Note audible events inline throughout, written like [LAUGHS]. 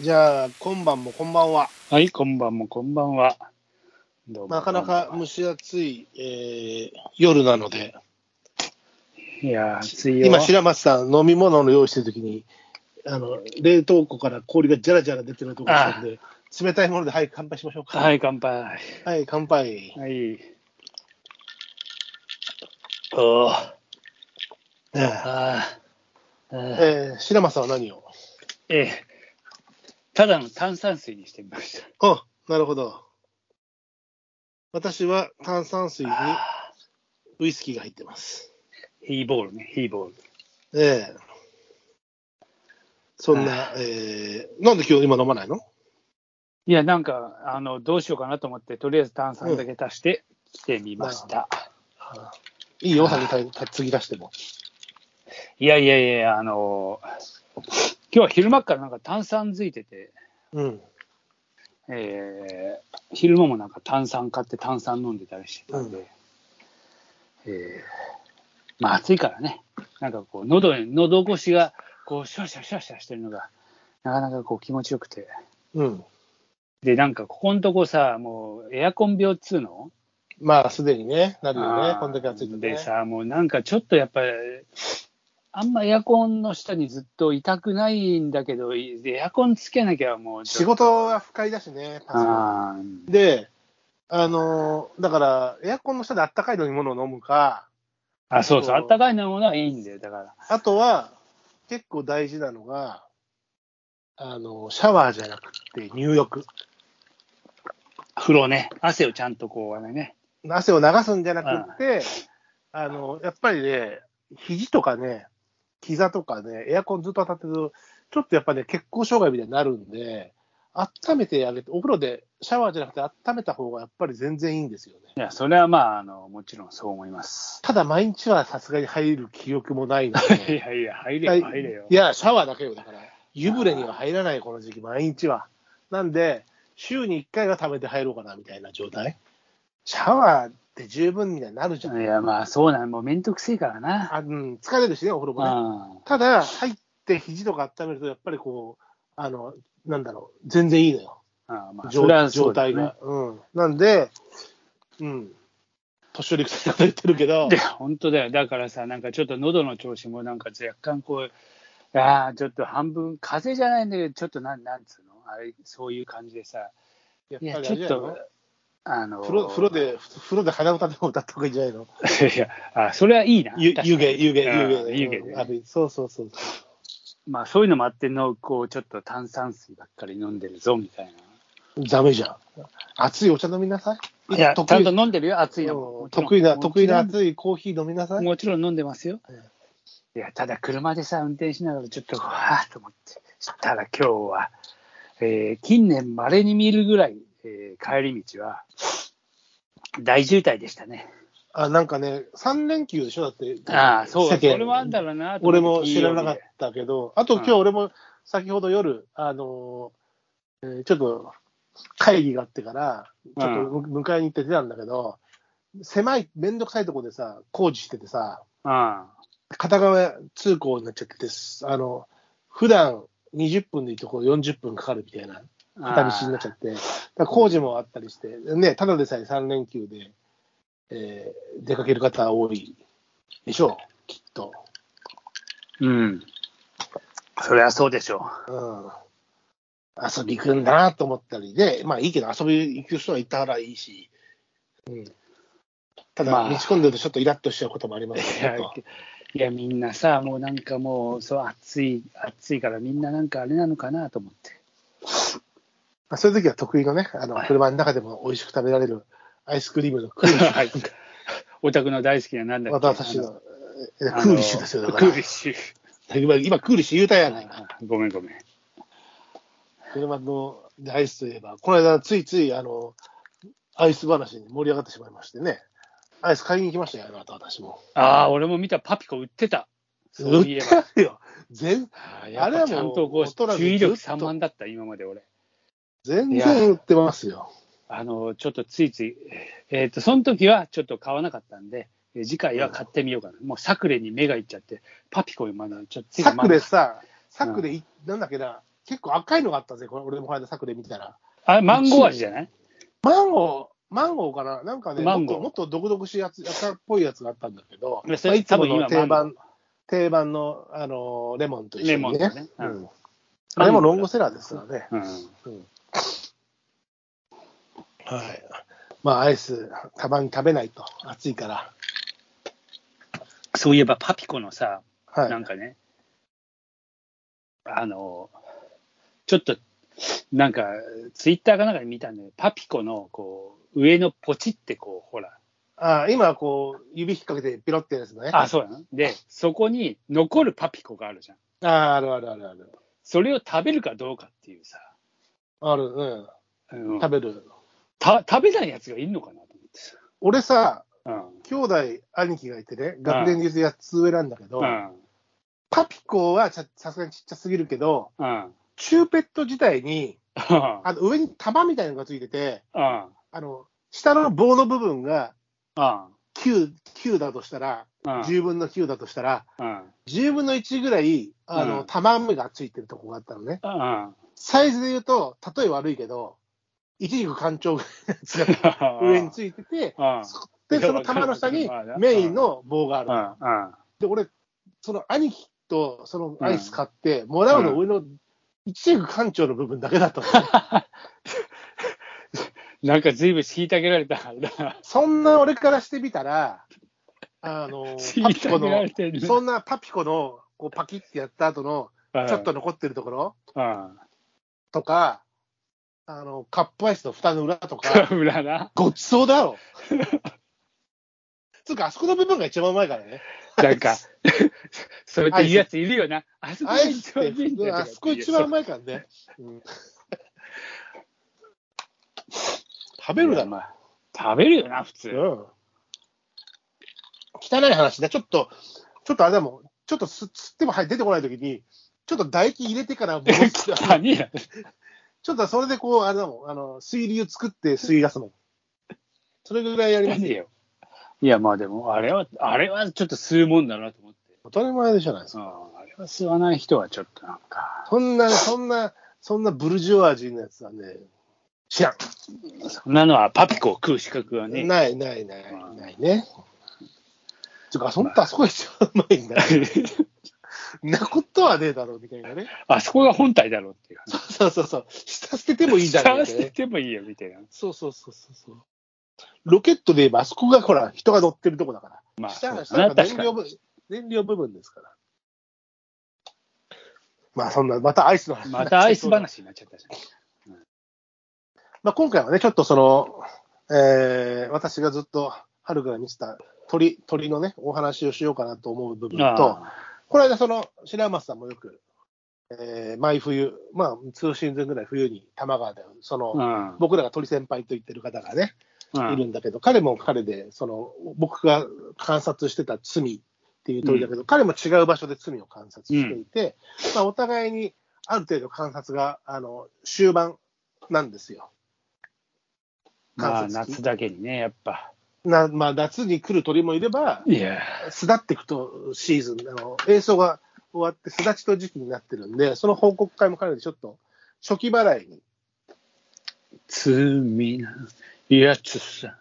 じゃあ、今晩もこんばんは。はい、こんばんもこんばんは。どうもなかなか蒸し暑い、えー夜なので、いやー、暑いよ。今、白松さん、飲み物の用意してるときにあの、冷凍庫から氷がじゃらじゃら出てるところなんで、冷たいもので、はい、乾杯しましょうか。、はいい、乾杯。はい、乾杯。はい。おーえーあーあーえー白松さんは何をええただの炭酸水にしてみました。あ、なるほど。私は炭酸水にあウイスキーが入ってます。ーヒーボールね、ヒーボール。ええそんな、えーなんで今日今飲まないのいや、なんか、あの、どうしようかなと思って、とりあえず炭酸だけ足して来てみました。いいよ、先にた継ぎ出しても。いやいやいや、あのー今日は昼間っからなんか炭酸づいてて、うん。えー昼間もなんか炭酸買って炭酸飲んでたりしてたんで、うんえーまあ暑いからね、なんかこう喉に、喉越しがこうシャシャシャシャしてるのが、なかなかこう気持ちよくて、うん。で、なんかここのとこさ、もうエアコン病っつうのまあ、すでにね、なるよあね、ーこんだけ暑いとね。でさ、もうなんかちょっとやっぱり、あんまエアコンの下にずっといたくないんだけど、いエアコンつけなきゃもうち仕ょっと、事は不快だしね、パソコンあーで、あのーだから、エアコンの下であったかい飲み物を飲むか、あ、そうそう、そあうったかいものはいいんだよ、だから。あとは、結構大事なのが、あのシャワーじゃなくて入浴。風呂ね、汗をちゃんとこう、あれね、汗を流すんじゃなくって、あのやっぱりね、肘とかね、膝とかね、エアコンずっと当たってると、ちょっとやっぱね、血行障害みたいになるんで、温めてあげて、お風呂でシャワーじゃなくて温めた方がやっぱり全然いいんですよね。いや、それはまあ、あの、もちろんそう思います。ただ、毎日はさすがに入る記憶もないの [LAUGHS] いで、や [LAUGHS] いや、入いれよ、入れよ。いや、シャワーだけよ、だから、湯船には入らない、この時期、毎日は。なんで、週に1回は溜めて入ろうかなみたいな状態。シャワーって十分みたいになるじゃん。いや、まあ、そうなん、もうめんどくせえからな。あうん、疲れるしね、お風呂もね。うただ、入って肘とか温めると、やっぱりこう、あの、なんだろう、全然いいのよ。ん。あまあ、状それはそ状うだね態が。。うん。なんで、うん。年寄りくさいこと言ってるけどで、、本当だよ。だからさ、なんかちょっと喉の調子もなんか若干こう、ああ、ちょっと半分、風邪じゃないんだけど、ちょっとなん、なんつうのあれ、そういう感じでさ、やっいぱや、りちあょれじゃっないのと、あの、風呂風呂。で、風呂で鼻歌でも歌った方がいいんじゃないのいや、あ、それはいいな。ゆ確か湯に気、湯気、湯気うん。湯気うでんあるそうそうそう。まあそういうのもあっての、こう、ちょっと炭酸水ばっかり飲んでるぞ、みたいダメじゃん。熱いお茶飲みなさい。な。いや、ち得ゃ意んと飲んでるよ、熱いのうも。ん得意な、得意なも熱いコーヒー飲みなさちろん。い。もちろん飲んでますようん。いや、ただ車でさ、運転しながらちょっと、わーっと思って。したら今日は、えー近年稀に見るぐらい、えー帰り道は、大渋滞でしたね。あ、なんかね、3連休でしょだって。ああ、そう、世そ間れもあんだろうなと思って、俺も知らなかっったけど、あと今日俺も先ほど夜、あのーえーちょっと会議があってから、ちょっとむ迎えに行って出たんだけど、狭い、めんどくさいとこでさ、工事しててさ、た。片側通行になっちゃってて、あの、普段20分でいいところ40分かかるみたいなうん。片道になっちゃって、だから工事もあったりして、ね、ただでさえ3連休で、えー出かける方は多いでしょう、きっと。うん。そりゃそうでしょう。うん遊び行くんだなと思ったりで、まあいいけど、遊び行く人は行ったらいいし、うん、ただ、まあ道込んでるとちょっとイラッとしちゃうこともありますいけやど、いやみんなさ、もうなんかもう、そう暑い、暑いからみんななんかあれなのかなと思 [LAUGHS] って。まあ、そういう時は得意のね、あの車の中でも美味しく食べられるアイスクリームのクーリッシュ、はい。お宅の大好きな [LAUGHS] なんだっけ私のえあのクーリッシュですよ、だあのかクーらリッシュ。今、今クーリッシュ言うたやないか、あごめんごめん。車のアイスといえば、この間、ついついあのアイス話に盛り上がってしまいましてね、アイス買いに行きましたよ、あの後私も。ああ、俺も見た、パピコ売ってた。そういえ売ばってあるよ全ああれはもうちゃんとこ大人う、でずっと注意力散漫だった、今まで俺。全然売ってますよ。あの、ちょっとついつい、えっ、と、その時はちょっと買わなかったんで、えー次回は買ってみようかな。もうサクレに目がいっちゃって、パピコ今の、ちょっとついサクレまさ、サクレい、なんだっけな、結構赤いのがあったぜ、これ俺もこの間柵で見たら。あれ、マンゴー味じゃないマンゴー、マンゴーかななんかね、マもンっゴーともっと毒々しいやつ、赤っぽいやつがあったんだけど、いやそれまあいつも多分の今定マン番、定番の、あのーレモンと一緒に、ね。レモンとねううんん。あれもロングセラーですからね。うん。はい。まあ、アイス、たまに食べないと、暑いから。そういえば、パピコのさ、はい。なんかね、あの、ちょっと、なんか、ツイッターかなんかで見たんだけど、パピコの、こう、上のポチって、こう、ほら、あ今、こう、指引っ掛けてピロってやつね。あ、そうやな。で、そこに残るパピコがあるじゃん。ああるあるあるある。それを食べるかどうかっていうさ、ある、うん。うん、食べる。た食べないやつがいるのかなと思ってさ。俺さ、うん兄弟、兄貴がいてね、学年で言うと8つ上なんだけど、うんパピコはささすがにちっちゃすぎるけど、うんチューペット自体に、うんあの上に玉みたいなのがついてて、うんあの、下の棒の部分がうん9、9だとしたら、うん10分の9だとしたら、うん10分の1ぐらい、あうの、ん玉目がついてるとこがあったのね。 [LAUGHS] うんサイズで言うと、例え悪いけど、一軸干潮ぐらいのやつが上についてて、うんで、その玉の下にわかるわかるメインの棒があうる。んうんで、俺、その兄貴とそのアイス買って、もらうの上の一軸干潮の部分だけだったの。 [LAUGHS] なんか随分虐げられたからそんな俺からしてみたら、あの、パピコ虐げらのれ、てるねそんなパピコの、こうパキってやった後の、うんちょっと残ってるところうんとか、あの、カップアイスの蓋の裏とか、 [LAUGHS] 裏なごちそうだろ。つうか、あそこの部分が一番うまいからね。なんかそれって言うやついるよなあそこアがイ一ス番っいいんだて、よあそこ一番うまいからね。うん食べるだろ。いやまあ食べるよな普通うん。汚い話だ。ちょっと、ちょっとあれだもん。ちょっとす吸ってもはい出てこないときに、ちょっと唾液入れてから戻す。他にやちょっとそれでこう、あれだもん。あの、水流作って吸い出すもん。それぐらいやります。何よいやまあでもあれはあれはちょっと吸うもんだなと思って当たり前でしょないですか。うんあれは吸わない人はちょっとなんかそんな、そんな、そんなブルジョワジーのやつはね、知らん。そんなのはパピコを食う資格はねないないないうんないね。ちょっと、そんとあそこが一番 [LAUGHS] うまいんだよ。なことはねえだろうみたいなね。 [LAUGHS] あそこが本体だろうっていう話。そうそうそう。下捨ててもいいじゃんみ [LAUGHS] たいしなてね。てもいいよみたいな。そうそうそうそうそう。ロケットで言えば、あそこがほら、人が乗ってるとこだから。まあ、下がそうだ下がな確燃か料に。部燃料部分ですから。まあそんな、またアイスの話 [LAUGHS] になっまちゃいそうだたアイス話になっちゃったじまあ、今回はね、ちょっとその、えー私がずっと春から見てた鳥、鳥のね、お話をしようかなと思う部分ゃん。と、あこの間その、白松さんもよく、えー毎冬、まあ、通信前ぐらい冬に多摩川で、その、あ僕らが鳥先輩と言ってる方がね、うん。うんいるんだけど、彼も彼で、その、僕が観察してた罪っていう鳥だけど、彼も違う場所で罪を観察していて、まあ、お互いにある程度観察が、あの、終盤なんですよ。まあ、観察夏だけにね、やっぱ。なまあ、夏に来る鳥もいれば、いや、巣立っていくとシーズン、あの映像が終わって巣立ちと時期になってるんで、その報告会も彼でちょっと初期払いに、罪なやつさ。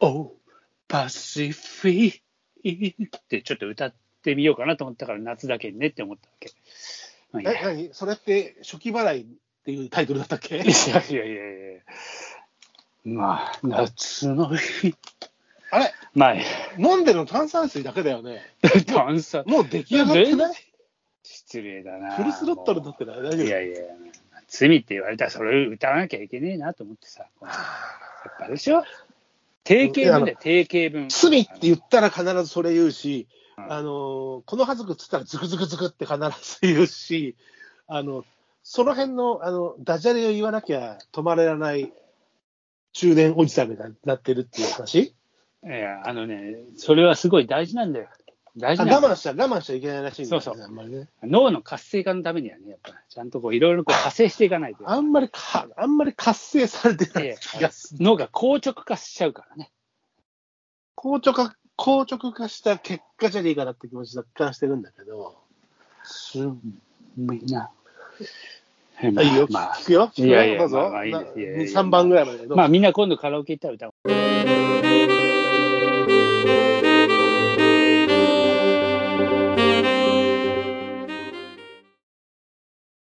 おパシフィってちょっと歌ってみようかなと思ったから、夏だけにねって思ったわけ。まあ、いいやえ、何それって初期払いっていうタイトルだったっけ [LAUGHS] いやいやいやいや。まあ、夏の日。あれまあ、 [LAUGHS] 飲んでるの炭酸水だけだよね。炭酸。もう出来上がってない失礼だな。フルスロットルだってない大丈夫いやいや、罪って言われたらそれ歌わなきゃいけねえなと思ってさ、やっぱあれでしょ定型文だよ、定型文。罪って言ったら必ずそれ言うし、うんあのこのはずくっつったらズクズクズクって必ず言うし、あのその辺のあのダジャレを言わなきゃ止まれられない中年おじさんみたいになってるっていう話いや、あのね、それはすごい大事なんだよ。大あ事なん我だよ慢しちゃ我慢しちゃいけないらしいんだよねそうそうあんまりね。脳の活性化のためにはね、やっぱちゃんとこういろいろこう派生していかないと。あんまりか、あんまり活性されてないやい気がする。脳が硬直化しちゃうからね。硬直化、硬直化した結果じゃねえかなって気持ち若干してるんだけど、すみな。いあいいよ、まあ聞、くよ、聞くよいやいやどうぞ、まあまあいいですいやいやいや3番ぐらいまでどうぞ。まあみんな今度カラオケ行ったら歌お「う。